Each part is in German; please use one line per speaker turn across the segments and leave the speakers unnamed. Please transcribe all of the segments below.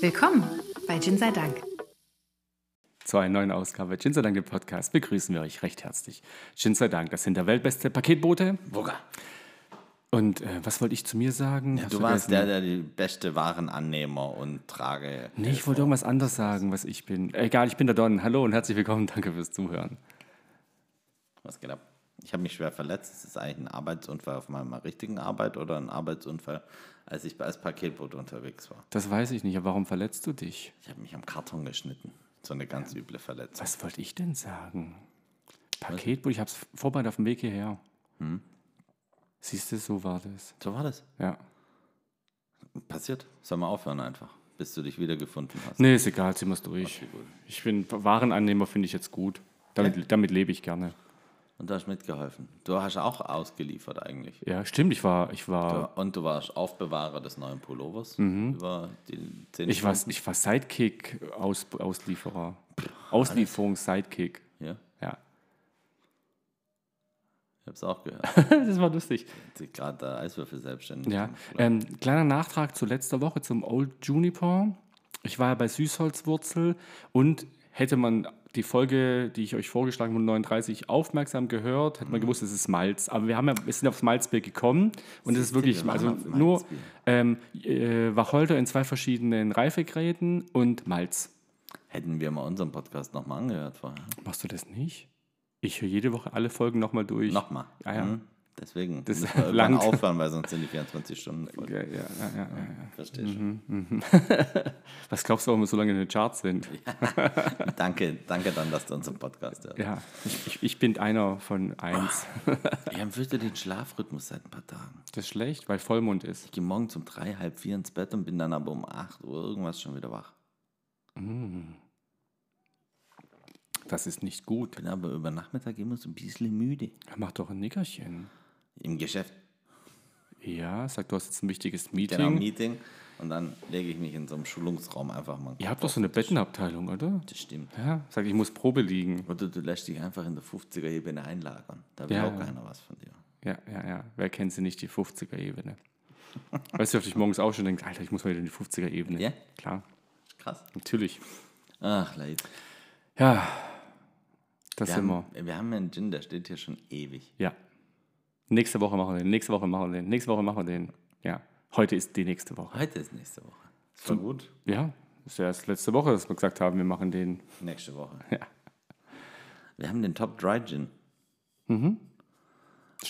Willkommen bei Gin sei Dank.
Zu einer neuen Ausgabe Gin sei Dank, dem Podcast, begrüßen wir euch recht herzlich. Gin sei Dank, das sind der weltbeste Paketbote.
Burger.
Und äh, was wollte ich zu mir sagen? Hab's
Du warst der,
vergessen.
der die beste Warenannehmer und Trage.
Nee, ich wollte irgendwas anderes sagen, was ich bin. Egal, ich bin der Don. Hallo und herzlich willkommen. Danke fürs Zuhören.
Was geht ab? Ich habe mich schwer verletzt. Ist das eigentlich ein Arbeitsunfall auf meiner richtigen Arbeit oder ein Arbeitsunfall, als ich als Paketbote unterwegs war?
Das weiß ich nicht, aber warum verletzt du dich?
Ich habe mich am Karton geschnitten. So eine ganz üble Verletzung.
Was wollte ich denn sagen? Paketbote, ich habe es vorbereitet auf dem Weg hierher.
Hm?
Siehst du, so war das.
So war das.
Ja.
Passiert. Soll mal aufhören einfach, bis du dich wiedergefunden hast.
Nee, ist egal, ziehen wir es durch. ich bin Warenannehmer, finde ich jetzt gut. Damit, damit lebe ich gerne.
Und du hast mitgeholfen. Du hast auch ausgeliefert eigentlich.
Ja, stimmt, ich war, ich war,
Und du warst Aufbewahrer des neuen Pullovers über die zehn
Mhm. ich war, ich war Sidekick-Auslieferer. Auslieferungs-Sidekick.
Ja,
Ja.
ich habe es auch gehört.
das war lustig.
Hat gerade der Eiswürfel selbstständig.
Ja.
gemacht, glaub ich.
Ähm, kleiner Nachtrag zu letzter Woche zum Old Juniper. Ich war ja bei Süßholzwurzel und hätte man die Folge, die ich euch vorgeschlagen habe, 39, aufmerksam gehört, hätte man gewusst, es ist Malz. Aber wir, haben ja, wir sind aufs Malzbier gekommen und es ist wirklich,
wir waren
also
auf Malzbier.
nur ähm, äh, Wacholder in zwei verschiedenen Reifegräten und Malz.
Hätten wir mal unseren Podcast nochmal angehört vorher.
Machst du das nicht? Ich höre jede Woche alle Folgen nochmal durch.
Nochmal.
Ah, ja.
Hm? Deswegen
Das
das müssen wir irgendwann
langt.
aufhören, weil sonst sind die 24 Stunden voll.
Ja, Mhm. ja, ja, ja, ja.
Verstehst du?
Was glaubst du, warum wir so lange in den Charts sind?
Danke, danke dann, dass du unseren Podcast hörst.
Ja, ich, ich, ich bin einer von eins.
Ah. Ich habe fürchterlichen Schlafrhythmus seit ein paar Tagen.
Das ist schlecht, weil Vollmond ist.
Ich gehe morgens um drei, halb vier ins Bett und bin dann aber um 8 Uhr irgendwas schon wieder wach.
Das ist nicht gut.
Bin aber über Nachmittag immer so ein bisschen müde.
Mach doch ein Nickerchen.
Im Geschäft.
Ja, sag, du hast jetzt ein wichtiges Meeting.
Genau, Meeting. Und dann lege ich mich in so einem Schulungsraum einfach mal.
Ihr habt doch so eine Bettenabteilung, oder?
Das stimmt.
Ja, sag, ich muss Probe liegen.
Oder du lässt dich einfach in der 50er-Ebene einlagern. Da will
Ja.
auch keiner was von dir.
Ja, ja, ja. Wer kennt sie nicht, die 50er-Ebene? Weißt du, ob ich morgens auch schon denke, Alter, ich muss mal wieder in die 50er-Ebene.
Ja?
Klar,
Krass.
natürlich.
Ach, leid.
Ja, das
Wir
sind wir.
haben, wir haben ja einen Gin, der steht hier schon ewig.
Ja. Nächste Woche machen wir den, nächste Woche machen wir den, nächste Woche machen wir den. Ja, heute ist die nächste Woche.
Heute ist nächste Woche. Ist voll gut.
Ja, ist ja erst letzte Woche, dass wir gesagt haben, wir machen den.
Nächste Woche.
Ja.
Wir haben den Top Dry Gin.
Das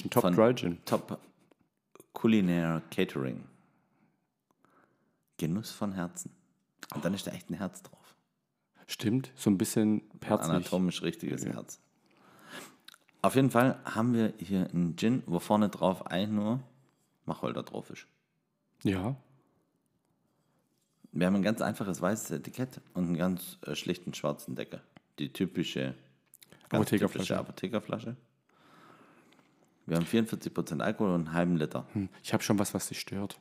ist ein Top
Von-
Dry Gin.
Top Culinary Catering. Genuss von Herzen. Und dann ist da echt ein Herz drauf.
Stimmt, so ein bisschen herzlich.
Anatomisch richtiges Herz. Auf jeden Fall haben wir hier einen Gin, wo vorne drauf eigentlich nur Wacholder drauf ist.
Ja,
Wir haben ein ganz einfaches weißes Etikett und einen ganz äh, schlichten schwarzen Deckel. Die typische ganz
Apothekerflasche.
typische Apothekerflasche. Wir haben 44% Alkohol und einen halben Liter.
Hm. ich habe schon was, was dich stört.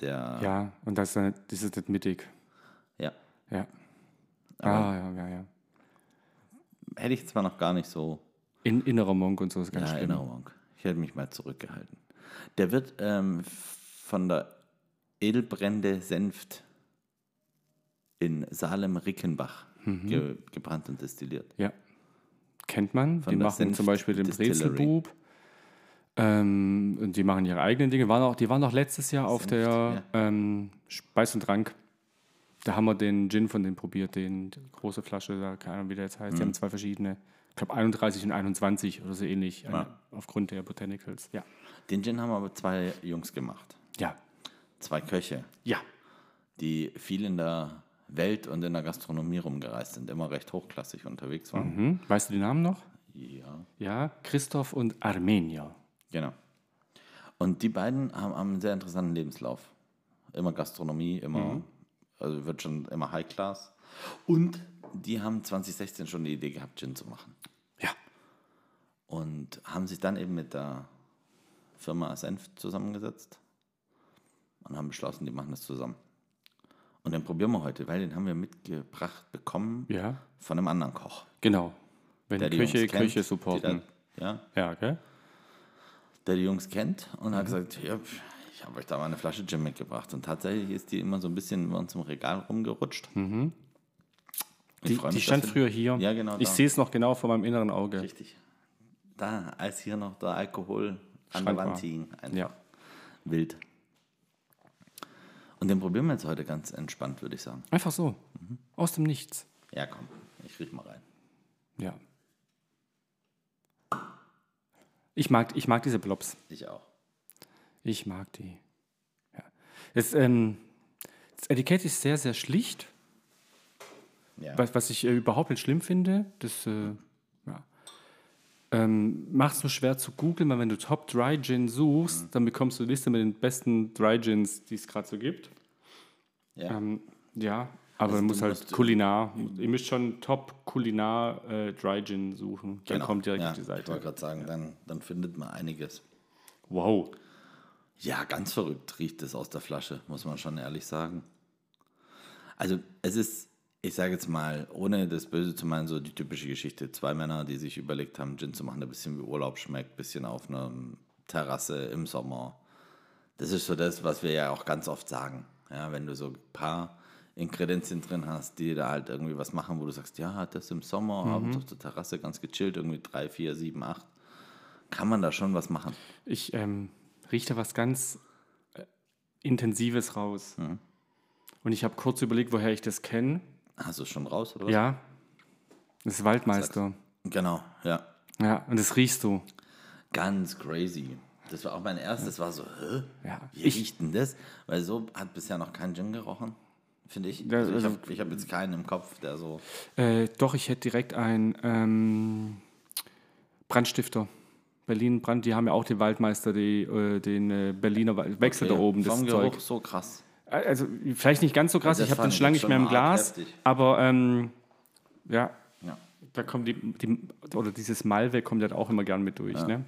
Der, ja.
Ja, und das, ist dann- das ist nicht mittig. Ja. ah, ja, ja, ja.
Hätte ich jetzt mal noch gar nicht so
In, innerer Monk und so ist
in
ganz schlimm.
Erinnerung. Ich hätte mich mal zurückgehalten. Der wird ähm, von der Edelbrände Senft in Salem-Rickenbach
Mhm.
ge gebrannt und destilliert.
Ja. Kennt man. die
der
machen zum
Senft
Beispiel den
Distillery.
Brezelbub. Ähm, und die machen ihre eigenen Dinge. Waren auch, die waren auch letztes Jahr auf
Senft,
der ähm, Speis und Trank. Da haben wir den Gin von denen probiert, den die große Flasche, da keine Ahnung, wie der jetzt heißt. Die
Mhm.
haben zwei verschiedene. Ich glaube 31 und 21 oder so ähnlich, an- aufgrund der Botanicals. Ja.
Den Gin haben aber zwei Jungs gemacht.
Ja.
Zwei Köche.
Ja.
die viel in der Welt und in der Gastronomie rumgereist sind, immer recht hochklassig unterwegs waren.
Hm? Weißt du die Namen noch?
Ja,
Ja, Christoph und Armenier.
genau. Und die beiden haben, haben einen sehr interessanten Lebenslauf. Immer Gastronomie, immer, also wird schon immer High Class. Und die haben 2016 schon die Idee gehabt, Gin zu machen.
Ja.
Und haben sich dann eben mit der Firma Senft zusammengesetzt und haben beschlossen, die machen das zusammen. Und den probieren wir heute, weil den haben wir mitgebracht bekommen
Ja.
von einem anderen Koch.
Genau. Wenn
der die
Küche,
Jungs kennt,
Küche
die
supporten.
Da, ja,
Ja, gell? Mhm.
der die Jungs kennt und hat gesagt, ja, pf, Ich habe euch da mal eine Flasche Gin mitgebracht und tatsächlich ist die immer so ein bisschen bei uns im Regal rumgerutscht. Ich
Mhm. Die,
freu
die
mich,
stand
dass
früher hier.
Ja, genau,
Ich
da.
sehe es noch genau vor meinem inneren Auge.
Richtig. Da, als hier noch der Alkohol an
Schrank
der
war.
Wand hing. Einfach
Ja.
Wild. Und den probieren wir jetzt heute ganz entspannt, würde ich sagen.
Einfach so.
Mhm.
Aus dem Nichts.
Ja, komm, ich riech mal rein.
Ja. Ich mag, ich mag diese Blobs.
Ich auch.
Ich mag die. Ja. Das, ähm, das Etikett ist sehr, sehr schlicht,
Ja.
was, was ich äh, überhaupt nicht schlimm finde. Das äh, ja. ähm, macht es nur schwer zu googeln, weil wenn du Top Dry Gin suchst,
Mhm.
dann bekommst du eine Liste mit den besten Dry Gins, die es gerade so gibt.
ja.
Ähm, ja, aber
Also
man
du
muss halt
musst-
Kulinar, ihr müsst schon Top Kulinar äh, Dry Gin suchen. Dann
Genau.
kommt direkt
ja,
auf die
Ich
Seite.
wollte gerade sagen, dann, dann findet man einiges.
Wow.
Ja, ganz verrückt riecht es aus der Flasche, muss man schon ehrlich sagen. Also es ist, ich sage jetzt mal, ohne das Böse zu meinen, so die typische Geschichte. Zwei Männer, die sich überlegt haben, Gin zu machen, der ein bisschen wie Urlaub schmeckt, ein bisschen auf einer Terrasse im Sommer. Das ist so das, was wir ja auch ganz oft sagen. Ja, wenn du so ein paar Ingredienzien drin hast, die da halt irgendwie was machen, wo du sagst, ja, das im Sommer, abends auf der Terrasse, ganz gechillt, irgendwie drei, vier, sieben, acht, kann man da schon was machen.
Ich ähm, rieche da was ganz äh, Intensives raus.
Mhm.
Und ich habe kurz überlegt, woher ich das kenne.
Hast du es schon raus? Oder was?
Ja, das ist Waldmeister.
Genau, ja.
Ja, und das riechst du.
Ganz crazy. Das war auch mein erstes, war so, hä?
Ja.
Wie
Ich-
riecht denn das? Weil so hat bisher noch kein Gin gerochen, finde ich.
Ja,
Also ich
also-
habe ich hab jetzt keinen im Kopf, der so.
Äh, doch, ich hätte direkt einen ähm, Brandstifter. Berlin Brand, die haben ja auch den Waldmeister, die, äh, den äh, Berliner Wa- Wechsel da oben, das
vom
Zeug.
Geruch so krass.
Also vielleicht nicht ganz so krass,
Das
ich habe den
fand
schon lange
ich
nicht mehr im
schon arg
Glas,
heftig.
aber ähm, ja,
Ja.
da kommt die, die oder dieses Malve kommt halt auch immer gern mit durch, ne?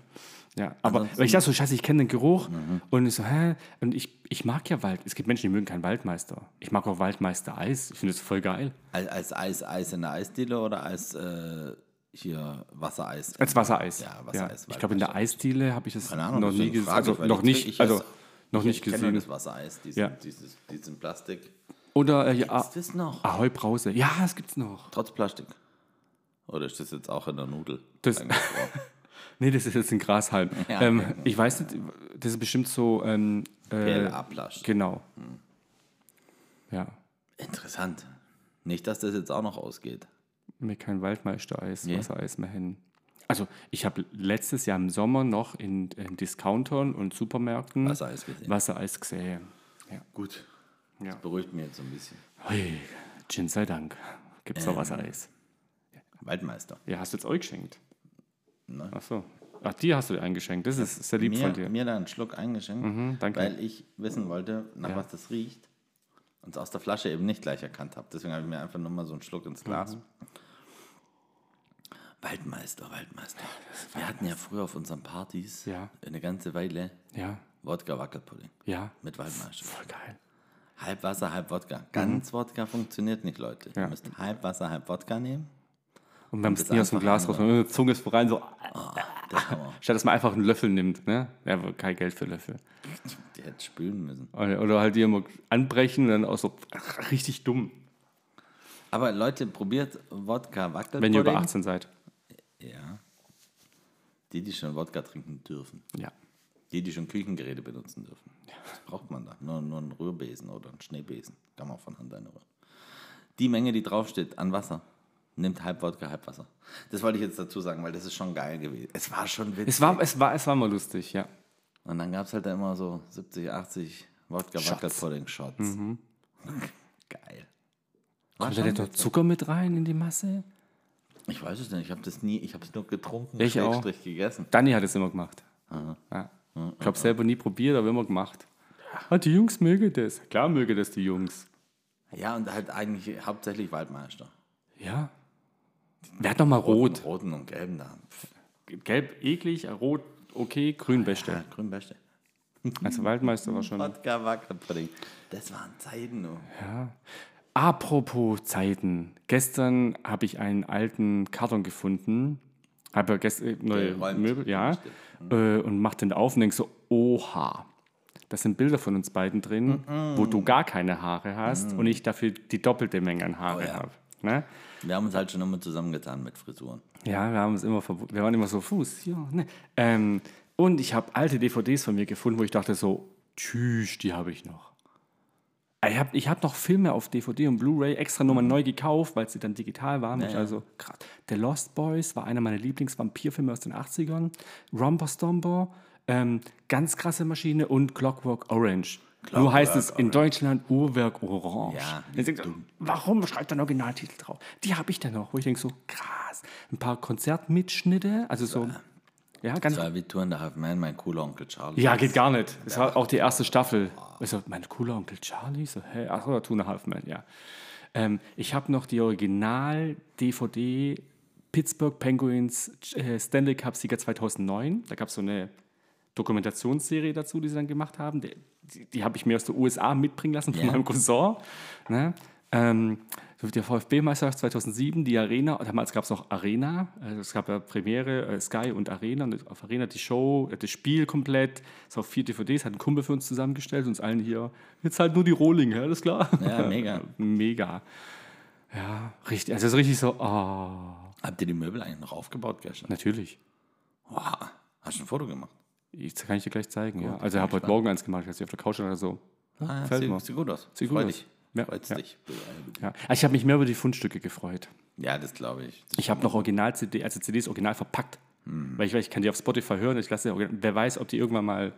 Ja, aber
Ansonsten- Mhm.
weil ich dachte so, scheiße, ich kenne den Geruch und ich so, hä? Und ich, ich mag ja Wald. Es gibt Menschen, die mögen keinen Waldmeister. Ich mag auch Waldmeister-Eis. Ich finde das voll geil.
Als, als Eis, Eis in der Eisdiele oder als äh, hier Wassereis?
Als Wassereis.
Ja, Wassereis.
Ich glaube, in der Eisdiele habe ich es
Keine Ahnung,
noch nie
deswegen
gesehen.
frage ich,
Also,
weil
noch
ich trinke-
nicht,
ich esse-
also, noch nicht
Ich kenne nur
gesehen.
das Wassereis, diesen,
Ja.
dieses, diesen Plastik.
Oder äh, ja,
Ist das noch?
Ahoi Brause. Ja, es gibt's noch.
Trotz Plastik. Oder ist das jetzt auch in der Nudel?
Das-
eingefroren?
Nee, das ist jetzt ein Grashalm.
Ja,
ähm,
genau.
Ich weiß nicht, das ist bestimmt so. Ähm, äh,
PLA-Plastik.
genau.
Hm.
Ja.
Interessant. Nicht, dass das jetzt auch noch ausgeht.
mir kein Waldmeister-Eis,
Nee.
Wassereis mehr hin. Also ich habe letztes Jahr im Sommer noch in, ähm, Discountern und Supermärkten
Wassereis gesehen.
Wassereis gesehen. Ja.
Gut.
Ja.
Das beruhigt mich jetzt so ein bisschen.
Hui, Gin sei Dank. Gibt's
Ähm.
da Wassereis?
Waldmeister.
Ja, hast du jetzt euch geschenkt?
Nein.
Ach so. Ach, dir hast du dir eingeschenkt. Das ist sehr lieb von
Mir,
dir. Mhm. Hm,
mir da einen Schluck eingeschenkt,
danke.
weil ich wissen wollte, nach was das riecht. Und es aus der Flasche eben nicht gleich erkannt habe. Deswegen habe ich mir einfach nur mal so einen Schluck ins Glas.
Mhm.
Waldmeister, Waldmeister. Wir hatten ja früher auf unseren Partys
Ja.
eine ganze Weile
Ja,
Wodka-Wackelpudding
ja.
mit Waldmeister.
Voll geil.
Halb Wasser, halb Wodka. Ganz Wodka funktioniert nicht, Leute.
Mhm. Ja.
Ihr müsst halb Wasser, halb Wodka nehmen.
Und beim
das
Sneer aus dem
einfach
Glas raus, wenn die Zunge ist rein, so,
Das Hammer.
statt dass man einfach einen Löffel nimmt, ne? Ja, aber kein Geld für Löffel.
Die hätte spülen müssen.
Oder oder halt die immer anbrechen und dann auch so richtig dumm,
Aber Leute, probiert Wodka Wackelpudding.
wenn ihr über 18 seid.
Ja. Die, die schon Wodka trinken dürfen.
Ja.
Die, die schon Küchengeräte benutzen dürfen. Was braucht man da? Nur, nur einen Rührbesen oder einen Schneebesen. Kann man auch von Hand einrühren. Die Menge, die draufsteht an Wasser, nimmt halb Wodka, halb Wasser. Das wollte ich jetzt dazu sagen, weil das ist schon geil gewesen. Es war schon witzig.
Es war, es war, es war mal lustig, ja.
Und dann gab es halt da immer so 70, 80 Wodka
Shots. Mhm.
Wackelpudding Shots. geil. War
Kommt da
schon
jetzt noch Zucker mit rein in die Masse?
Ich weiß es nicht, ich habe das nie, ich habe es nur getrunken,
Ich auch.
Schrägstrich gegessen.
Dani hat es immer gemacht. Ja. Ich habe selber nie probiert, aber immer gemacht. Ah, die Jungs mögen das. Klar mögen das die Jungs.
Ja, und halt eigentlich hauptsächlich Waldmeister.
Ja. Wer hat nochmal
Mit
rot?
Roten und gelben da. Pff,
Gelb eklig, rot okay, grün
ja,
beste.
grün Beste.
Also Waldmeister war schon.
Wodka Wackelpudding. Das waren Zeiten, du.
Apropos Zeiten. Gestern habe ich einen alten Karton gefunden. Habe ja gestern neue
Geräumt.
Möbel, ja. Äh, und mache den auf und denke so, oha. Das sind Bilder von uns beiden drin, wo du gar keine Haare hast und ich dafür die doppelte Menge an Haare
ja.
habe. Ne?
Wir haben uns halt schon immer zusammengetan mit Frisuren.
Ja, wir haben uns immer verw- wir waren immer so Fuß. Ja, ne. ähm, und ich habe alte DVDs von mir gefunden, wo ich dachte so, tschüss, die habe ich noch. Ich habe ich hab noch Filme auf DVD und Blu-ray extra nochmal neu gekauft, weil sie dann digital waren. Ich Also krass. The Lost Boys war einer meiner Lieblingsvampirfilme aus den 80ern. Romper Stomper, ähm, ganz krasse Maschine und Clockwork Orange. Nur heißt es in Deutschland Uhrwerk Orange.
Ja, wie
Dann denkst du, warum schreibt da ein Originaltitel drauf? Die habe ich dann noch, wo ich denke so, krass. Ein paar Konzertmitschnitte, also so. Ja, ganz
Das war wie Tour and a Half Man, mein cooler Onkel Charlie.
ja, geht gar nicht. Das war auch die erste Staffel. Ich so, mein cooler Onkel Charlie? So, hä? Ach, oder Two and a Half Men, ja. Ähm, ich habe noch die Original-DVD Pittsburgh Penguins äh, Stanley Cup-Sieger 2009. Da gab es so eine Dokumentationsserie dazu, die sie dann gemacht haben. Die, die, die habe ich mir aus den USA mitbringen lassen von
Ja.
meinem Cousin. Ne? Ähm, so der VfB-Meisterschaft 2007, die Arena, damals gab es noch Arena, also es gab ja Premiere, äh, Sky und Arena, und auf Arena die Show, äh, das Spiel komplett, ist auf vier DVDs, hat ein Kumpel für uns zusammengestellt, uns allen hier, jetzt halt nur die Rohling, ja, alles klar.
Ja, mega.
Mega. Ja, richtig, also es ist richtig so, ah,
Habt ihr die Möbel eigentlich noch aufgebaut gestern?
natürlich.
Wow. Hast du ein Foto gemacht?
Ich, das kann ich dir gleich zeigen, ja. Also ich habe heute Morgen eins gemacht, als ich auf der Couch lag, so,
Ah,
Fällt mir.
sieht, sieht gut aus.
Sieht
Freu
gut aus.
dich.
Ja,
Freut's
ja.
dich.
ja. Also Ich habe mich mehr über die Fundstücke gefreut.
Ja, das glaube ich. Das
Ich habe noch Original-CD, also CDs original verpackt. Weil ich, weil ich kann die auf Spotify hören, ich lasse die original- wer weiß, ob die irgendwann mal.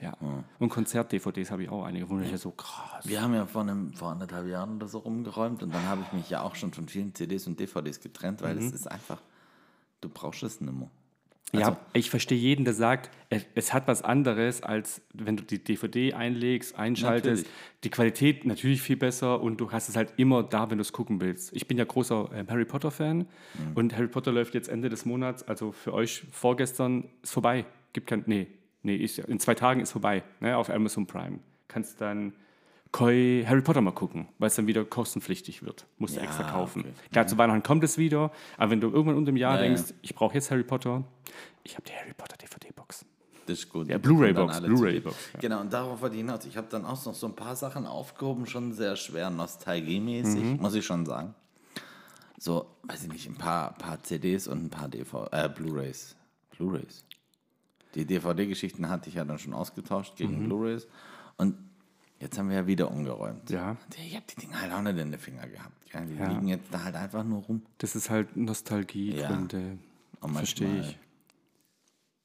Ja. Und Konzert-DVDs habe ich auch einige, wo ich ja so krass.
Wir haben ja vor, einem, vor anderthalb Jahren oder so rumgeräumt und dann habe ich mich ja auch schon von vielen CDs und DVDs getrennt, weil
Mhm.
es ist einfach, du brauchst es nicht mehr. Also,
ja, ich verstehe jeden, der sagt, es, es hat was anderes, als wenn du die DVD einlegst, einschaltest. Die Qualität natürlich viel besser und du hast es halt immer da, wenn du es gucken willst. Ich bin ja großer ähm, Harry Potter-Fan und Harry Potter läuft jetzt Ende des Monats, also für euch vorgestern ist vorbei. Gibt kein, nee, nee, ist, ja- in zwei Tagen ist vorbei, ne, auf Amazon Prime. Kannst dann Koi Harry Potter mal gucken, weil es dann wieder kostenpflichtig wird. Musst du extra kaufen. Klar, zu Weihnachten kommt es wieder, aber wenn du irgendwann unter dem Jahr
Ja, ja.
denkst, ich brauche jetzt Harry Potter, ich habe die Harry Potter DVD-Box.
Das ist gut.
Ja, Blu-ray-Box,
Und dann alle zu
Blu-ray-Box,
dir.
ja.
Genau, und darauf wollte ich hinaus. Ich habe dann auch noch so ein paar Sachen aufgehoben, schon sehr schwer nostalgiemäßig,
Mhm.
muss ich schon sagen. So, weiß ich nicht, ein paar, paar CDs und ein paar DV, äh, Blu-rays. Blu-rays. Die DVD-Geschichten hatte ich ja dann schon ausgetauscht
Mhm.
gegen Blu-rays. Und jetzt haben wir ja wieder umgeräumt.
Ja.
Ich habe die Dinger halt auch nicht in den Finger gehabt. Ja, die
Ja.
liegen jetzt da halt einfach nur rum.
Das ist halt Nostalgiegründe.
Und
Verstehe
Oh, manchmal
ich.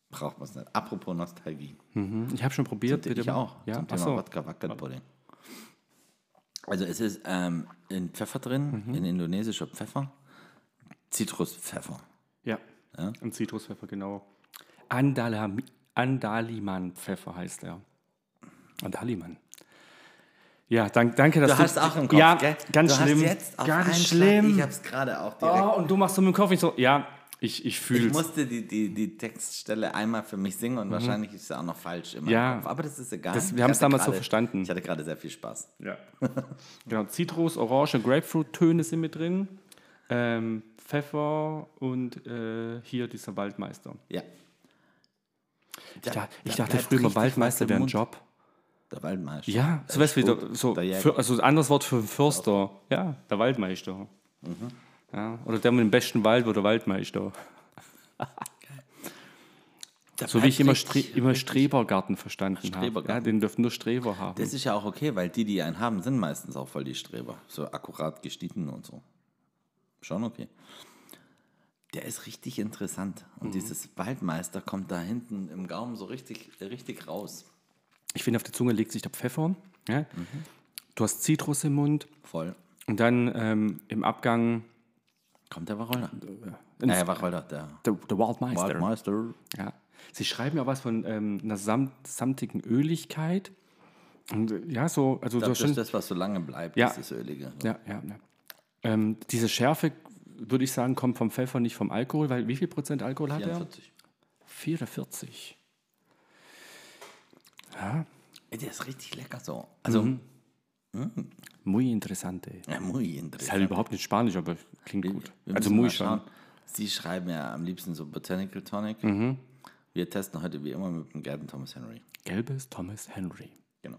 Braucht man es nicht. Apropos Nostalgie.
Hm, Ich habe schon probiert.
Ich auch.
Ja,
zum
ach
Thema
so.
Wodka Wackel Pudding. Also es ist ähm, in Pfeffer drin,
Mhm.
in indonesischer Pfeffer, Zitruspfeffer.
ja. Und Zitruspfeffer, genau. Andalam- Andaliman-Pfeffer heißt er. Andaliman. Ja, dank, danke, dass
Du hast auch im Kopf,
Ja,
gell?
ganz
du
schlimm.
Hast jetzt auf
ganz
einen Schlag,
schlimm.
ich hab's gerade auch direkt.
oh, und du machst so mit dem Kopf. Ich so, ja, ich, ich
Ich
fühle
musste die, die, die Textstelle einmal für mich singen und wahrscheinlich ist sie auch noch falsch immer.
Mhm. Ja.
im Kopf. Aber das ist egal.
Das- wir
Ich
haben's
hatte
damals so
gerade-
verstanden.
Ich hatte gerade sehr viel Spaß.
Ja. genau, Zitrus, Orange, Grapefruit-Töne sind mit drin. Ähm, Pfeffer und äh, hier dieser Waldmeister.
Ja.
Ich,
Da-
da, ich
da
dachte früher mal
bleibt richtig was
Waldmeister
im
wäre ein
Mund.
Job.
Der Waldmeister.
Ja, so
Der
weißt du, wie
Sput,
der- so,
der Jäger.
für, also ein anderes Wort für Förster. Ja, der Waldmeister.
Mhm.
Ja, oder der mit dem besten Wald wird der Waldmeister.
Der
So wie ich immer,
bleibt
Stre
richtig-
immer Strebergarten verstanden habe. Ja,
Strebergarten.
den dürfen nur Streber haben.
Das ist ja auch okay, weil die, die einen haben, sind meistens auch voll die Streber. So akkurat gestiegen und so. Schon okay. Der ist richtig interessant.
Mhm.
Und dieses Waldmeister kommt da hinten im Gaumen so richtig, richtig raus.
ich finde, auf der Zunge legt sich der Pfeffer. Ja?
Mhm.
Du hast Zitrus im Mund
Voll.
und dann ähm, im Abgang
Kommt der Wacholder?
äh,
Naja, Wacholder, der
der, der Waldmeister.
Waldmeister.
Ja. Sie schreiben ja auch was von ähm, einer samt, samtigen Öligkeit. Und, äh, ja, so, also
Das
so schön-
ist das, was so lange bleibt,
Ja.
dieses Ölige.
Ja, ja. ja. Ähm, diese Schärfe, würde ich sagen, kommt vom Pfeffer, nicht vom Alkohol, weil wie viel Prozent Alkohol hat
44.
er? 44.
Ey, Der ist richtig lecker so. Also,
Mhm. Muy interessante.
ja, muy
Ist halt
interessant.
überhaupt nicht Spanisch, aber klingt
Wir-
gut.
wir
Also
müssen
muy
mal
schon.
schauen. Sie schreiben ja am liebsten so Botanical Mhm. Tonic. Wir testen heute wie immer mit dem gelben Thomas Henry.
Gelbes Thomas Henry.
Genau.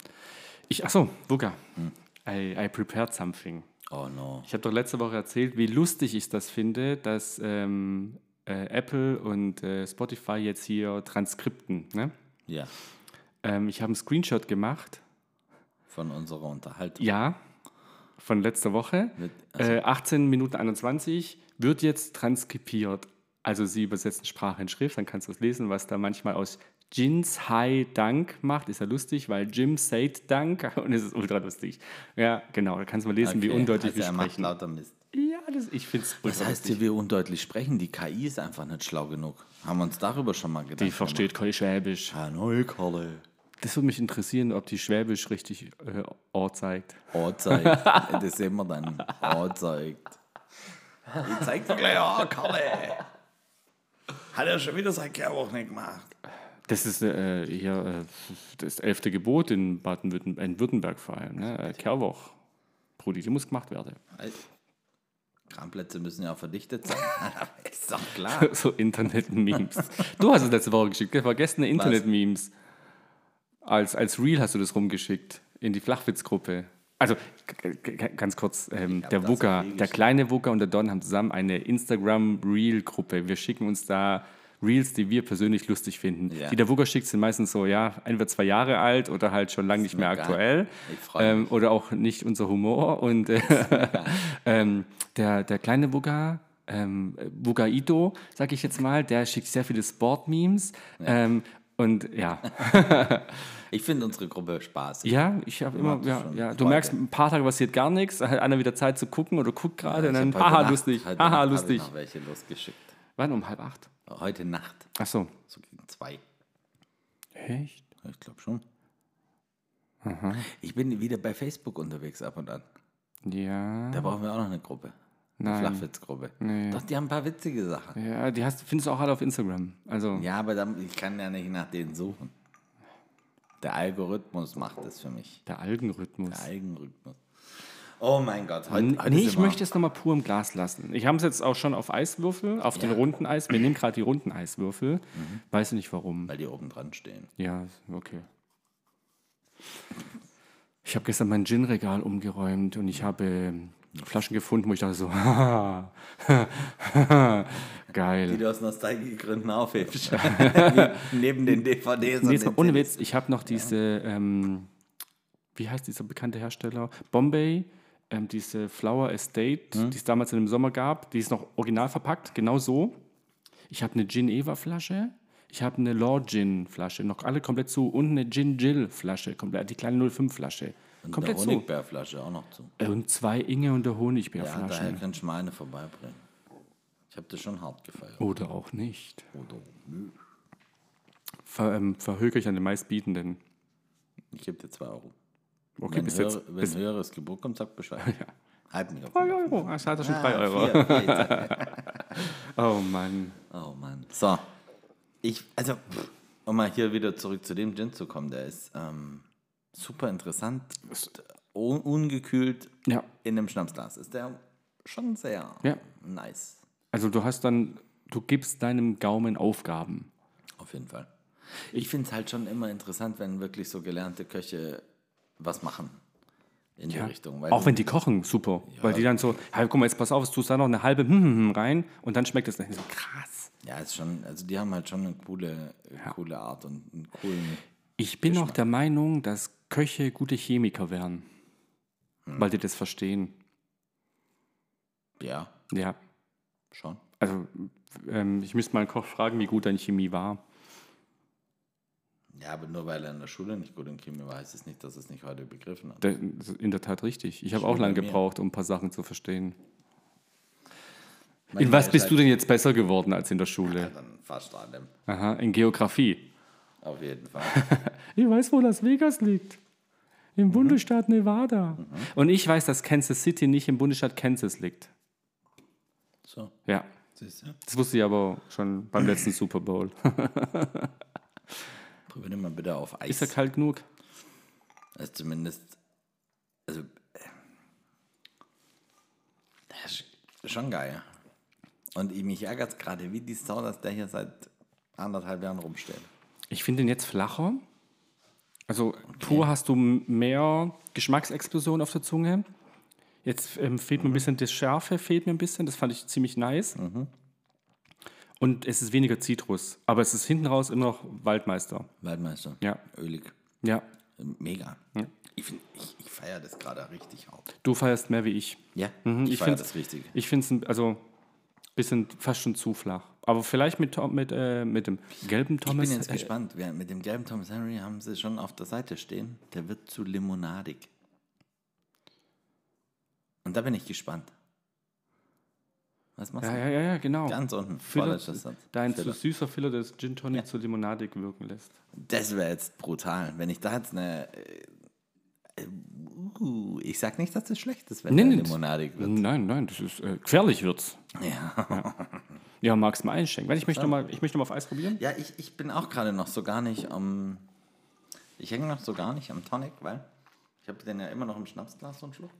Ich, ach so, Luca.
Hm.
I, I prepared something.
Oh no.
Ich habe doch letzte Woche erzählt, wie lustig ich das finde, dass ähm, äh, Apple und äh, Spotify jetzt hier Transkripten. Ne?
Ja,
Ähm, ich habe einen Screenshot gemacht.
von unserer Unterhaltung.
Ja, von letzter Woche.
Mit, also
äh, 18 Minuten 21 wird jetzt transkribiert. Also sie übersetzen Sprache in Schrift, dann kannst du es lesen, was da manchmal aus Jins Hai Dank macht. Ist ja lustig, weil Jim said Dank und es ist ultra lustig. Ja, genau, da kannst du mal lesen, wie
Okay,
undeutlich
also er
wir
macht
sprechen.
lauter Mist. Also
Ja, das, ich finde es ultra
Das heißt,
lustig.
hier, wir undeutlich sprechen. Die KI ist einfach nicht schlau genug. Haben wir uns darüber schon mal gedacht?
Die versteht kein Schwäbisch.
Hanoi, Kalle.
Das würde mich interessieren, ob die Schwäbisch richtig äh, Ort zeigt.
Anzeigt. das sehen wir dann. Anzeigt. Ich zeig dir gleich an, Kalle. Hat er schon wieder seit keiner Woche nicht gemacht.
Das ist äh, hier äh, das elfte Gebot in Baden-Württemberg, in Württemberg vor allem. Ne? Äh, Kerwoch. Brudi, die muss gemacht werden.
Halt. Kranplätze müssen ja auch verdichtet sein. ist doch klar.
so Internet-Memes. Du hast es letzte Woche geschickt, gell? vergessene Internet-Memes. Als, als Reel hast du das rumgeschickt in die Flachwitzgruppe. Also g- g- ganz kurz, ähm, der
das
Wucker,
eh
der kleine Wucker und der Don haben zusammen eine Instagram-Reel-Gruppe. Wir schicken uns da Reels, die wir persönlich lustig finden.
Ja.
Die der Wucker schickt sind meistens so, ja, entweder zwei Jahre alt oder halt schon lange nicht mehr
mir geil.
aktuell.
Ich freu mich.
Ähm, oder auch nicht unser Humor. Und äh, ähm, der, der kleine Wuga, ähm, Wuga Ito, sag ich jetzt mal, der schickt sehr viele Sport-Memes. Ähm, und ja,
Ich finde unsere Gruppe spaßig.
ja, ich habe immer,
das
ja,
schon
ja, du
Freude.
merkst, ein paar Tage passiert gar nichts, dann hat einer wieder Zeit zu gucken oder guckt gerade und
Ich
dann,
hab heute
haha,
Nacht-
lustig,
heute Nacht
haha,
hab ich
lustig.
noch welche losgeschickt.
Wann, um halb acht?
Heute Nacht,
Ach so.
so gegen zwei.
Echt?
Ich glaube schon.
Mhm.
Ich bin wieder bei Facebook unterwegs ab und an.
Ja.
Da brauchen wir auch noch eine Gruppe. Eine
Mhm. Nein.
Flachwitzgruppe. Doch, die haben ein paar witzige Sachen.
Ja, die hast, findest du auch alle auf Instagram. Also,
Ja, aber dann, ich kann ja nicht nach denen suchen. Der Algorithmus macht das für mich.
der Algenrhythmus.
Der Algorithmus. Oh mein Gott. Heute,
N-
heute
nee,
sind
ich
wir-
möchte es nochmal pur im Glas lassen. Ich habe es jetzt auch schon auf Eiswürfel, auf den runden Eis. Wir nehmen gerade die runden Eiswürfel. Weiß nicht warum.
Weil die oben dran stehen.
Ja, okay. Ich habe gestern mein Gin-Regal umgeräumt und ich habe ähm, Flaschen gefunden, wo ich dachte so, haha,
Die
geil.
du aus Nostalgiegründen aufhebst. Neben- Neben den DVDs. und
Nee, jetzt
den
mal ohne
CDs.
Witz, ich habe noch diese, ähm, wie heißt dieser bekannte Hersteller? Bombay, ähm, diese Flower Estate,
Hm?
die es damals in dem Sommer gab, die ist noch original verpackt, genau so. Ich habe eine Gin-Eva-Flasche, ich habe eine Law-Gin-Flasche, noch alle komplett zu und eine Gin-Jill-Flasche, komplett, äh, die kleine 05-Flasche.
Und der
Komplett zu.
Honigbeerflasche auch noch zu.
Äh, Und zwei Inge und der
Ja, daher
Honigbärflaschen.
kannst du meine vorbeibringen. Ich habe das schon hart gefeiert.
Oder auch nicht.
Oder
Ver, ähm, verhöge ich an den meistbietenden.
ich gebe dir 2 Euro.
Okay,
Wenn,
bis
höher,
jetzt.
wenn höheres Gebot kommt, sag Bescheid. Halt mich auf. den
3
Laufenden.
Euro. Ah, schade, schon 3
Ah,
Euro.
vier, vier, jetzt sag-
Oh Mann.
Oh Mann. So. Ich, also, pff, um mal hier wieder zurück zu dem Gin zu kommen, der ist ähm, super interessant. Un ungekühlt
Ja.
in einem Schnapsglas. Ist der schon sehr
Ja.
nice.
Also du hast dann, du gibst deinem Gaumen Aufgaben.
Auf jeden Fall. Ich finde es halt schon immer interessant, wenn wirklich so gelernte Köche was machen in die Richtung. Weil
Auch wenn die kochen, super. Weil die dann so, hey, guck mal, jetzt pass auf, es tust da noch eine halbe hm, hm, hm rein und dann schmeckt es nicht so krass.
Ja, ist schon, also die haben halt schon eine coole, coole Art und einen coolen.
Ich bin auch der Meinung, dass Köche gute Chemiker wären.
Hm.
Weil die das verstehen.
Ja,
Ja.
schon.
Also, ähm, ich müsste mal einen Koch fragen, wie gut deine Chemie war.
Ja, aber nur weil er in der Schule nicht gut in Chemie war, heißt es nicht, dass er es nicht heute begriffen hat.
Das ist in der Tat richtig. Ich habe auch
bei
lange
mir.
gebraucht, um ein paar Sachen zu verstehen.
Manchmal
In was
ist
bist du
halt-
denn jetzt besser geworden als in der Schule?
Dann fast allem.
Aha, in Geografie.
Auf jeden Fall.
Ich weiß, wo Las Vegas liegt. Im Bundesstaat Nevada. Mhm. Und ich weiß, dass Kansas City nicht im Bundesstaat Kansas liegt.
So,
Ja,
siehst du?
das wusste ich aber schon beim letzten Super Bowl.
Probier den mal bitte auf Eis.
Ist er kalt genug?
Also zumindest, also, äh, das ist schon geil. Und ich- mich ärgert es gerade wie die Sau, dass der hier seit anderthalb Jahren rumsteht.
Ich finde ihn jetzt flacher. Also Pur hast du mehr Geschmacksexplosion auf der Zunge. Jetzt ähm, fehlt mir ein bisschen das Schärfe, fehlt mir ein bisschen. Das fand ich ziemlich nice. Und es ist weniger Zitrus. Aber es ist hinten raus immer noch Waldmeister.
Waldmeister.
Ja.
Ölig.
Ja.
Mega. Ich, find- ich, ich feiere das gerade richtig hart.
Du feierst mehr wie ich.
Ja,
Mhm,
ich,
ich
feiere
find's-
das richtig.
Ich finde es ein also, bisschen fast schon zu flach. Aber vielleicht mit, Tom- mit, äh, mit dem gelben Thomas.
ich bin jetzt
äh,
gespannt. Wir, mit dem gelben Thomas Henry haben sie schon auf der Seite stehen. Der wird zu limonadig. Und da bin ich gespannt. Was machst
ja,
du?
ja, ja, ja, genau.
Ganz unten.
Filler,
vorletzter Satz.
dein zu
Filler.
süßer Filler des Gin Tonic zur Limonadik wirken lässt.
Das wäre jetzt brutal. Wenn ich da jetzt eine. äh, Uh, ich sag nicht, dass das schlecht ist, wenn
Nee,
der
nee.
limonadig wird.
Nein, nein, das ist äh, gefährlich wird's.
Ja,
Ja, magst mal einschenken. Weil ich möchte noch mal, ich möchte noch mal auf Eis probieren.
ja ich, ich bin auch gerade noch so gar nicht am. Ich hänge noch so gar nicht am Tonic, weil ich habe den ja immer noch im Schnapsglas so einen Schluck.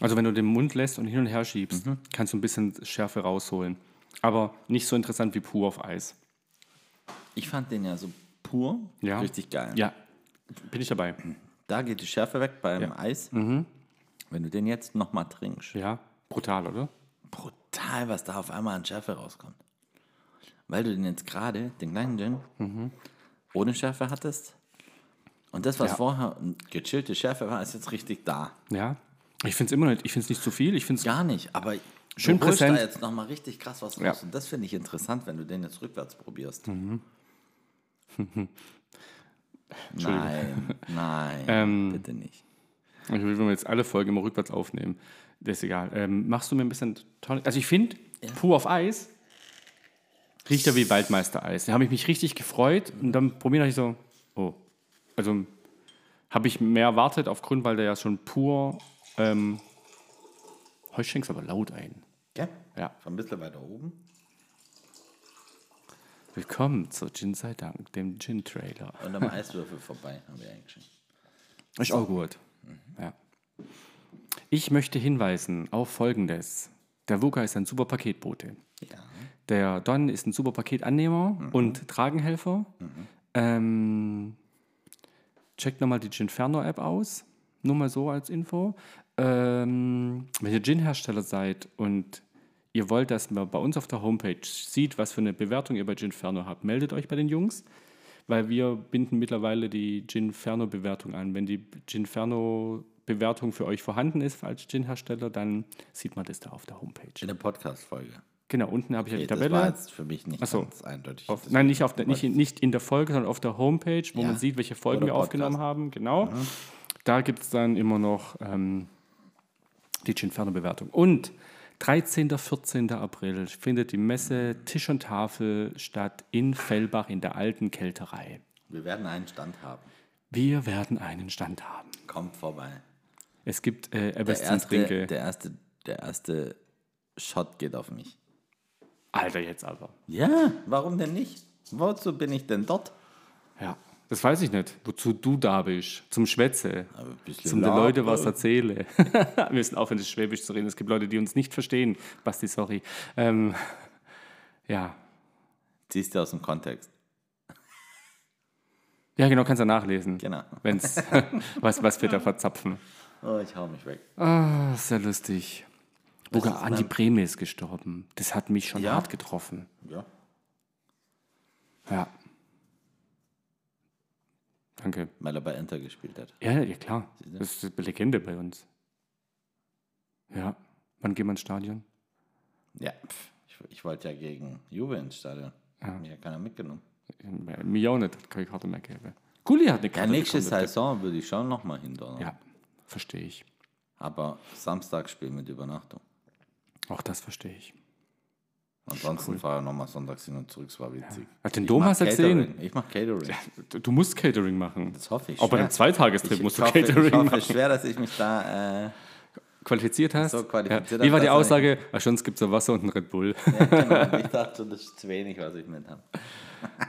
Also wenn du den Mund lässt und hin und her schiebst,
Mhm.
kannst du ein bisschen Schärfe rausholen. Aber nicht so interessant wie pur auf Eis.
Ich fand den ja so pur
Ja.
richtig geil.
Ja, bin ich dabei.
Da geht die Schärfe weg beim Eis.
Mhm.
Wenn du den jetzt nochmal trinkst,
Ja, brutal, oder?
brutal, was da auf einmal an Schärfe rauskommt. Weil du den jetzt gerade, den kleinen Gin, ohne Schärfe hattest. Und das, was
Ja.
vorher eine gechillte Schärfe war, ist jetzt richtig da.
Ja. Ich finde es immer nicht, ich finde es nicht zu viel. Ich finde es
Gar nicht, aber
Schön
du holst da
präsent.
jetzt nochmal richtig krass was raus.
Ja.
Und das finde ich interessant, wenn du den jetzt rückwärts probierst. nein, nein, bitte nicht.
Ich will, wenn wir jetzt alle Folgen immer rückwärts aufnehmen. Das ist egal. Ähm, machst du mir ein bisschen Tonic? Also ich finde, pur auf Eis riecht ja wie Waldmeister-Eis. Da habe ich mich richtig gefreut und dann probiere ich so, oh. Also habe ich mehr erwartet aufgrund, weil der ja schon pur, ähm, heute schenkst aber laut ein.
Gell?
Ja.
Von ein bisschen weiter oben.
Willkommen zu Gin sei Dank, dem Gin-Trailer.
Und am Eiswürfel vorbei haben wir eigentlich schon.
Ist auch gut. Mhm, Ja. Ich möchte hinweisen auf Folgendes. Der Wuka ist ein super Paketbote.
Ja.
Der Don ist ein super Paketannehmer
Mhm.
und Tragenhelfer. Ähm, checkt nochmal die Ginferno-App aus. Nur mal so als Info. Ähm, wenn ihr Gin-Hersteller seid und ihr wollt, dass man bei uns auf der Homepage sieht, was für eine Bewertung ihr bei Ginferno habt, meldet euch bei den Jungs, weil wir binden mittlerweile die Ginferno-Bewertung an. Wenn die Ginferno-Bewertung für euch vorhanden ist als Gin-Hersteller, dann sieht man das da auf der Homepage.
In der Podcast-Folge.
Genau, unten habe ich ja die
Nee,
Tabelle.
Genau. das war jetzt für mich nicht
Ach so.
ganz eindeutig.
Auf, nein, nicht, auf der, nicht, in- nicht in der Folge, sondern auf der Homepage, wo
Ja.
man sieht, welche Folgen
Oder
wir aufgenommen
Podcast.
haben. Genau. Da gibt es dann immer noch ähm, die Ginferno-Bewertung. Und 13. 14. April findet die Messe Tisch und Tafel statt in Fellbach in der alten Kälterei.
Wir werden einen Stand haben.
Wir werden einen Stand haben.
Kommt vorbei.
Es gibt äh,
Der
Ebbesens
erste,
Trinke.
der, erste, der erste Shot geht auf mich.
Alter, jetzt aber.
Ja, warum denn nicht? Wozu bin ich denn dort?
Ja, das weiß ich nicht. Wozu du da bist. Zum Schwätze.
ein bisschen
Zum den
labern.
Leute was erzähle. Wir müssen aufhören, das Schwäbisch zu reden. Es gibt Leute, die uns nicht verstehen. Basti, sorry. Ähm, ja.
Siehst du aus dem Kontext.
Ja, genau, kannst du nachlesen.
Genau.
Wenn's, was, was wir da verzapfen.
Oh, ich hau mich weg.
Das ist ja lustig. Sogar Andi Breme ist gestorben. Das hat mich schon
ne? Ja?
hart getroffen.
Ja.
Ja. Danke.
Weil er bei Enter gespielt hat.
Ja, ja, klar. Das ist eine Legende bei uns. Ja. Wann gehen wir ins Stadion?
Ja, pff, ich, ich wollte ja gegen Juve ins Stadion. Hat Mir ja keiner mitgenommen.
Mir auch nicht, hat keine Karte mehr gegeben. Gulli hat eine
Ja,
Karte
nächste
bekommen.
Saison würde ich schon nochmal hindern.
Ja, verstehe ich.
Aber Samstagspiel mit Übernachtung.
Auch das verstehe ich.
Ansonsten fahre ich nochmal sonntags hin und zurück, es war witzig.
Ah, Den Dom
mach
hast du
Catering.
gesehen.
Ich mache Catering.
Du du musst Catering machen.
Das hoffe ich.
Auch bei
schwer.
einem Zweitagestrip musst du
hoffe, Ich
Catering
hoffe
machen.
schwer, dass ich mich da. Äh,
Qualifiziert hast.
So qualifiziert
ja. Wie war
hast,
die
dass du
Aussage? Ah, schon, es gibt so Wasser und einen Red Bull.
genau, ich dachte schon, das ist zu wenig, was ich mit habe.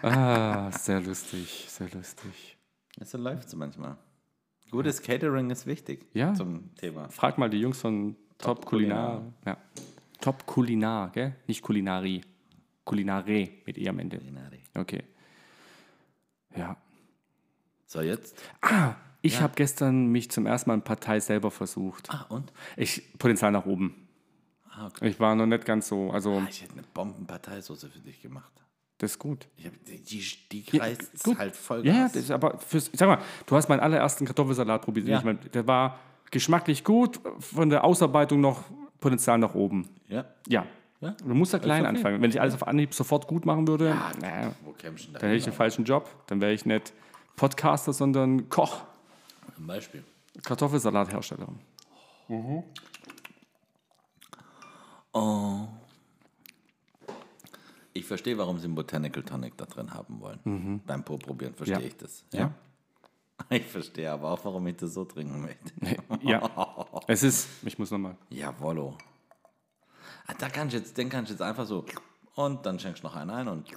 ah, sehr lustig, sehr lustig.
So läuft es manchmal. Gutes Catering ist wichtig
Ja.
zum Thema.
Frag mal die Jungs von Top,
Top
Kulinar. Ja. Top Kulinar, gell? Nicht Kulinari. Kulinare mit E am Ende.
Kulinari.
Okay. Ja.
So, jetzt.
Ich habe gestern mich zum ersten Mal in Partei selber versucht.
Ah, und?
Ich, Potenzial nach oben.
Ah, okay.
Ich war noch nicht ganz so, also
Ah, Ich hätte eine Bombenparteisoße für dich gemacht.
das ist gut.
Ich hab, die, die kreist
gut.
halt voll.
Ja, ja, das ist aber fürs, sag mal, du hast meinen allerersten Kartoffelsalat probiert. den
Ja.
Ich mein, der war geschmacklich gut, von der Ausarbeitung noch Potenzial nach oben.
ja.
Ja.
Ja.
Du musst da klein
okay.
anfangen. Wenn ich alles auf Anhieb sofort gut machen würde, naja,
Wo kämpfst du
dann hätte
denn
ich den falschen Job. Dann wäre ich nicht Podcaster, sondern Koch,
da? Zum Beispiel.
Kartoffelsalathersteller.
Ich verstehe, warum sie einen Botanical Tonic da drin haben wollen. Beim Po probieren verstehe
Mhm. Ja.
ich das.
Ja.
Ich verstehe aber auch, warum ich das so trinken möchte.
Ja. es ist, ich muss nochmal.
Jawollo. Ah, Da kannst du jetzt, den kannst du jetzt einfach so und dann schenkst du noch einen ein und.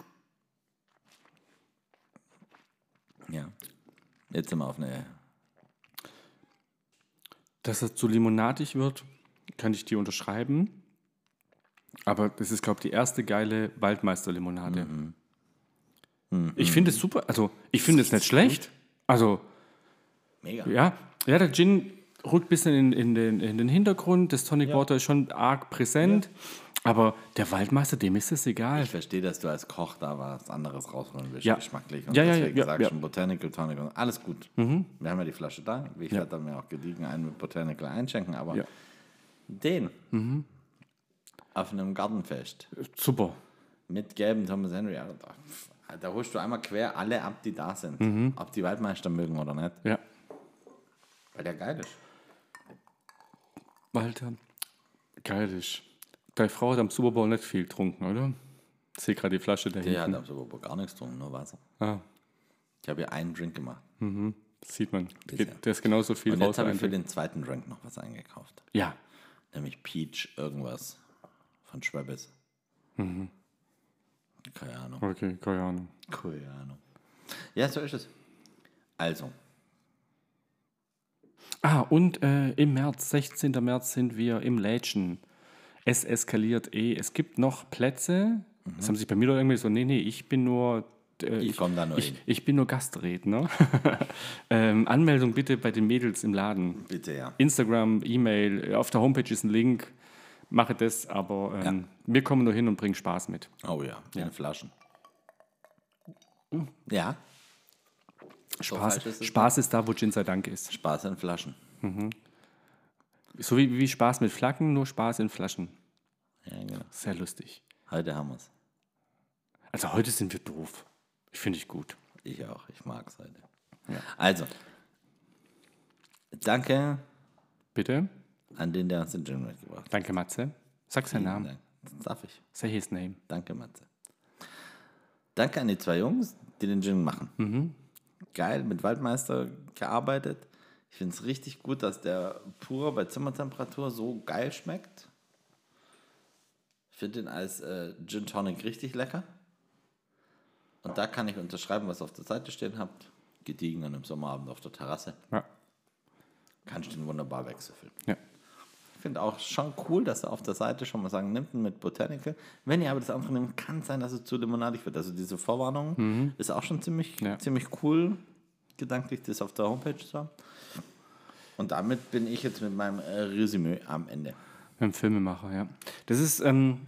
Ja. Jetzt sind wir auf eine.
Dass es zu limonadig wird, kann ich dir unterschreiben. Aber das ist, glaube ich, die erste geile Waldmeisterlimonade. Mhm. Ich finde es super. Also, ich finde es nicht schlecht. Also,
Mega.
ja. Ja, der Gin rückt ein bisschen in, in, den, in den Hintergrund. Das Tonic Water ist schon arg präsent. Aber der Waldmeister, dem ist es egal.
Ich verstehe, dass du als Koch da was anderes rausholen willst,
Ja.
geschmacklich. Und
Ja, ja,
deswegen
ja,
sagst
ja. Mhm.
du Botanical Tonic und alles gut. Wir haben ja die Flasche da. Ich werde dann mir auch gediegen einen mit Botanical einschenken, aber
Ja. Mhm.
den auf einem Gartenfest
Super. mit
mit gelben Thomas Henry. ja, Da, da holst du einmal quer alle ab, die da sind.
Mhm.
Ob die Waldmeister mögen oder nicht.
Ja.
Weil der geil ist.
Walter, geil ist. Deine Frau hat am Super Bowl nicht viel getrunken, oder? Ich sehe gerade die Flasche da
Der hat
hinten.
am Super Bowl gar nichts getrunken, nur Wasser.
Mhm. Ah,
Ich habe hier einen Drink gemacht.
sieht man.
Bisher.
Geht- Der ist genauso viel
Und jetzt
raus.
habe ich
rein.
für den zweiten Drink noch was eingekauft.
Ja.
Nämlich Peach irgendwas von Schweppes. Keine Ahnung.
Okay, keine Ahnung.
Keine Ahnung. Ja, so ist es. Also,
Ah, und äh, im März, 16. März, sind wir im Lädchen. Es eskaliert eh. Es gibt noch Plätze. Das haben sich bei mir doch irgendwie so, nee, nee, ich bin nur. Äh,
Mhm. Ich komm da nur
ich,
hin.
ich bin nur Gastredner. ähm, Anmeldung bitte bei den Mädels im Laden.
bitte ja.
Instagram, E-Mail, auf der Homepage ist ein Link. Mache das, aber ähm, wir kommen nur hin und bringen Spaß mit.
Oh ja, in Flaschen. Ja. So
Spaß,
falsch ist es
Spaß ist da, wo Gin sei Dank ist.
nicht. Spaß in Flaschen.
So wie, wie Spaß mit Flaggen, nur Spaß in Flaschen.
Ja, genau.
Sehr lustig.
Heute haben wir es.
Also heute sind wir doof. Ich finde ich gut.
Ich auch. Ich mag es heute. Also, danke
Bitte?
an den, der uns den Gin mitgebracht hat.
Danke, Matze. Sag seinen Namen.
Dank. Das darf ich.
Say his name.
Danke, Matze. Danke an die zwei Jungs, die den Gin machen. Geil, mit Waldmeister gearbeitet. Ich finde es richtig gut, dass der pure bei Zimmertemperatur so geil schmeckt. Ich finde ihn als äh, Gin Tonic richtig lecker. Und da kann ich unterschreiben, was ihr auf der Seite stehen habt. Gediegen an einem Sommerabend auf der Terrasse.
Ja.
Kannst den wunderbar wegsüffeln.
ja.
Ich finde auch schon cool, dass er auf der Seite schon mal sagen, nimmt ihn mit Botanical. Wenn ihr aber das andere nehmt, kann es sein, dass es zu limonadig wird. Also diese Vorwarnung ist auch schon ziemlich,
Ja.
ziemlich cool, gedanklich das auf der Homepage zu haben. Und damit bin ich jetzt mit meinem äh, Resümee am Ende.
Ein Filmemacher, ja. Das ist ähm,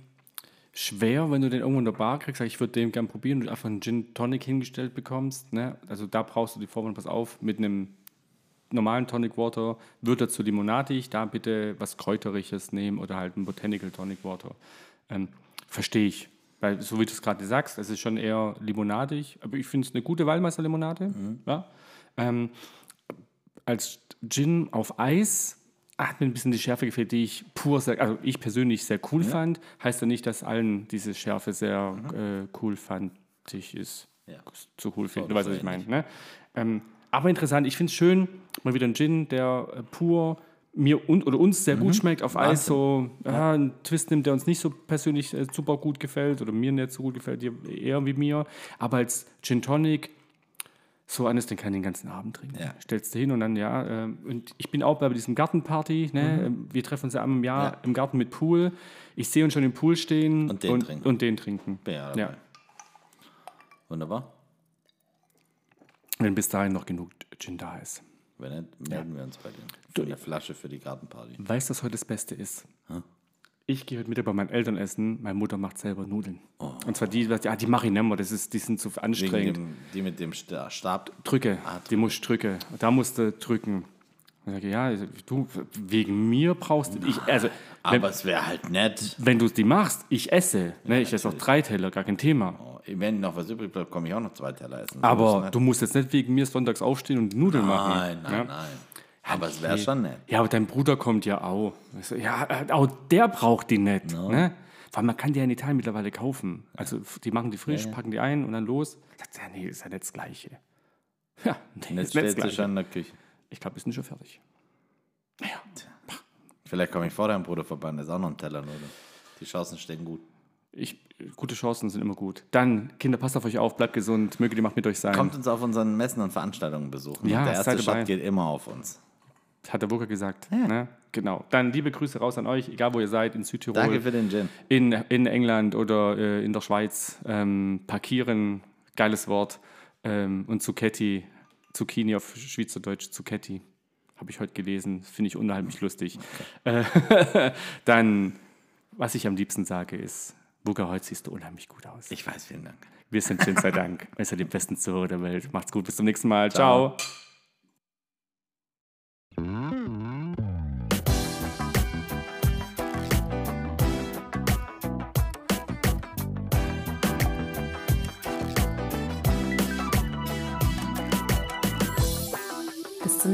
schwer, wenn du den irgendwo in der Bar kriegst. Sag Ich würde den gern probieren und du einfach einen Gin Tonic hingestellt bekommst. Ne? Also da brauchst du die Vorwand, pass auf, mit einem normalen Tonic Water wird er zu limonadig. Da bitte was Kräuteriges nehmen oder halt ein Botanical Tonic Water. Ähm, Verstehe ich. Weil, so wie du es gerade sagst, es ist schon eher limonadig. Aber ich finde es eine gute Waldmeisterlimonade. Ja? Ähm, als Gin auf Eis ah, hat mir ein bisschen die Schärfe gefehlt, die ich pur sehr, also ich persönlich sehr cool fand. Heißt ja nicht, dass allen diese Schärfe sehr äh, cool fandig ist.
Ja.
Zu cool finde.
oder
Du weißt,
so
was ich meine.
ähnlich.
Ne? Ähm, aber interessant, ich finde es schön, mal wieder ein Gin, der äh, pur mir und, oder uns sehr
Mhm.
gut schmeckt, auf Eis so ah, einen Twist nimmt, der uns nicht so persönlich äh, super gut gefällt oder mir nicht so gut gefällt, dir eher wie mir. Aber als Gin Tonic so eines, den kann ich den ganzen Abend trinken.
Ja.
Stellst du hin und dann, ja. ähm, Und ich bin auch bei diesem Gartenparty. Ne? Ähm, Wir treffen uns ja einmal im Jahr
Mhm. Ja.
im Garten mit Pool. Ich sehe uns schon im Pool stehen
Und den trinken.
und den trinken.
Bin ja dabei.
Ja.
Wunderbar.
Wenn bis dahin noch genug Gin da ist.
Wenn nicht, melden wir uns bei dir. Für eine Flasche für die Gartenparty.
Weißt du, was heute das Beste ist? Ich gehe heute Mittag bei meinen Eltern essen. Meine Mutter macht selber Nudeln. Und zwar die, was- ah, die mache ich nicht mehr. Das ist, die sind zu
Oh. Wegen
anstrengend.
dem, Ah, die mit dem Sta- Stab.
Drücke, die musst drücke. Da musst du drücken. Ich sage, ja, du, wegen mir brauchst du. Ich, also, wenn,
Aber es wäre halt nett.
wenn du die machst, ich esse. Ne, ich esse auch drei Teller, gar kein Thema.
Oh, Wenn noch was übrig bleibt, komme ich auch noch zwei Teller essen.
Aber du musst jetzt nicht wegen mir sonntags aufstehen und Nudeln machen.
Nein, nein,
ne?
nein. Aber es wäre schon nett.
Ja, aber dein Bruder kommt ja auch. Ich so, Ja, äh, auch der braucht die nicht. Ne? Weil man kann die ja in Italien mittlerweile kaufen. Also f- die machen die frisch, packen die ein und dann los. Sagt sie, ja, nee, ist ja nicht das Gleiche. Ja, nee,
Jetzt
ist nicht das
stellst du
Gleiche.
schon in der Küche.
Ich glaube, wir sind schon fertig.
Vielleicht komme ich vor deinem Bruder vorbei und ist auch noch ein Teller Nudeln. Die Chancen stehen gut.
Ich, gute Chancen sind immer gut. Dann, Kinder, passt auf euch auf, bleibt gesund, möge die Macht mit euch sein.
Kommt uns auf unseren Messen und Veranstaltungen besuchen.
Ja,
der erste
seid dabei.
Schritt geht immer auf uns.
Hat der Burger gesagt. Ne? Genau. Dann liebe Grüße raus an euch, egal wo ihr seid, in Südtirol.
Danke für den Gin.
in, in England oder äh, in der Schweiz ähm, parkieren, geiles Wort. Ähm, und Zucchetti, Zucchini auf Schweizerdeutsch, Zucchetti, habe ich heute gelesen, finde ich unheimlich lustig. Äh, dann, was ich am liebsten sage, ist, Burger, heute siehst du unheimlich gut aus.
Ich weiß, vielen Dank.
Wir sind Jin sei Dank. Ihr seid die besten Zuhörer der Welt. Macht's gut, bis zum nächsten Mal. Ciao.
Bis zum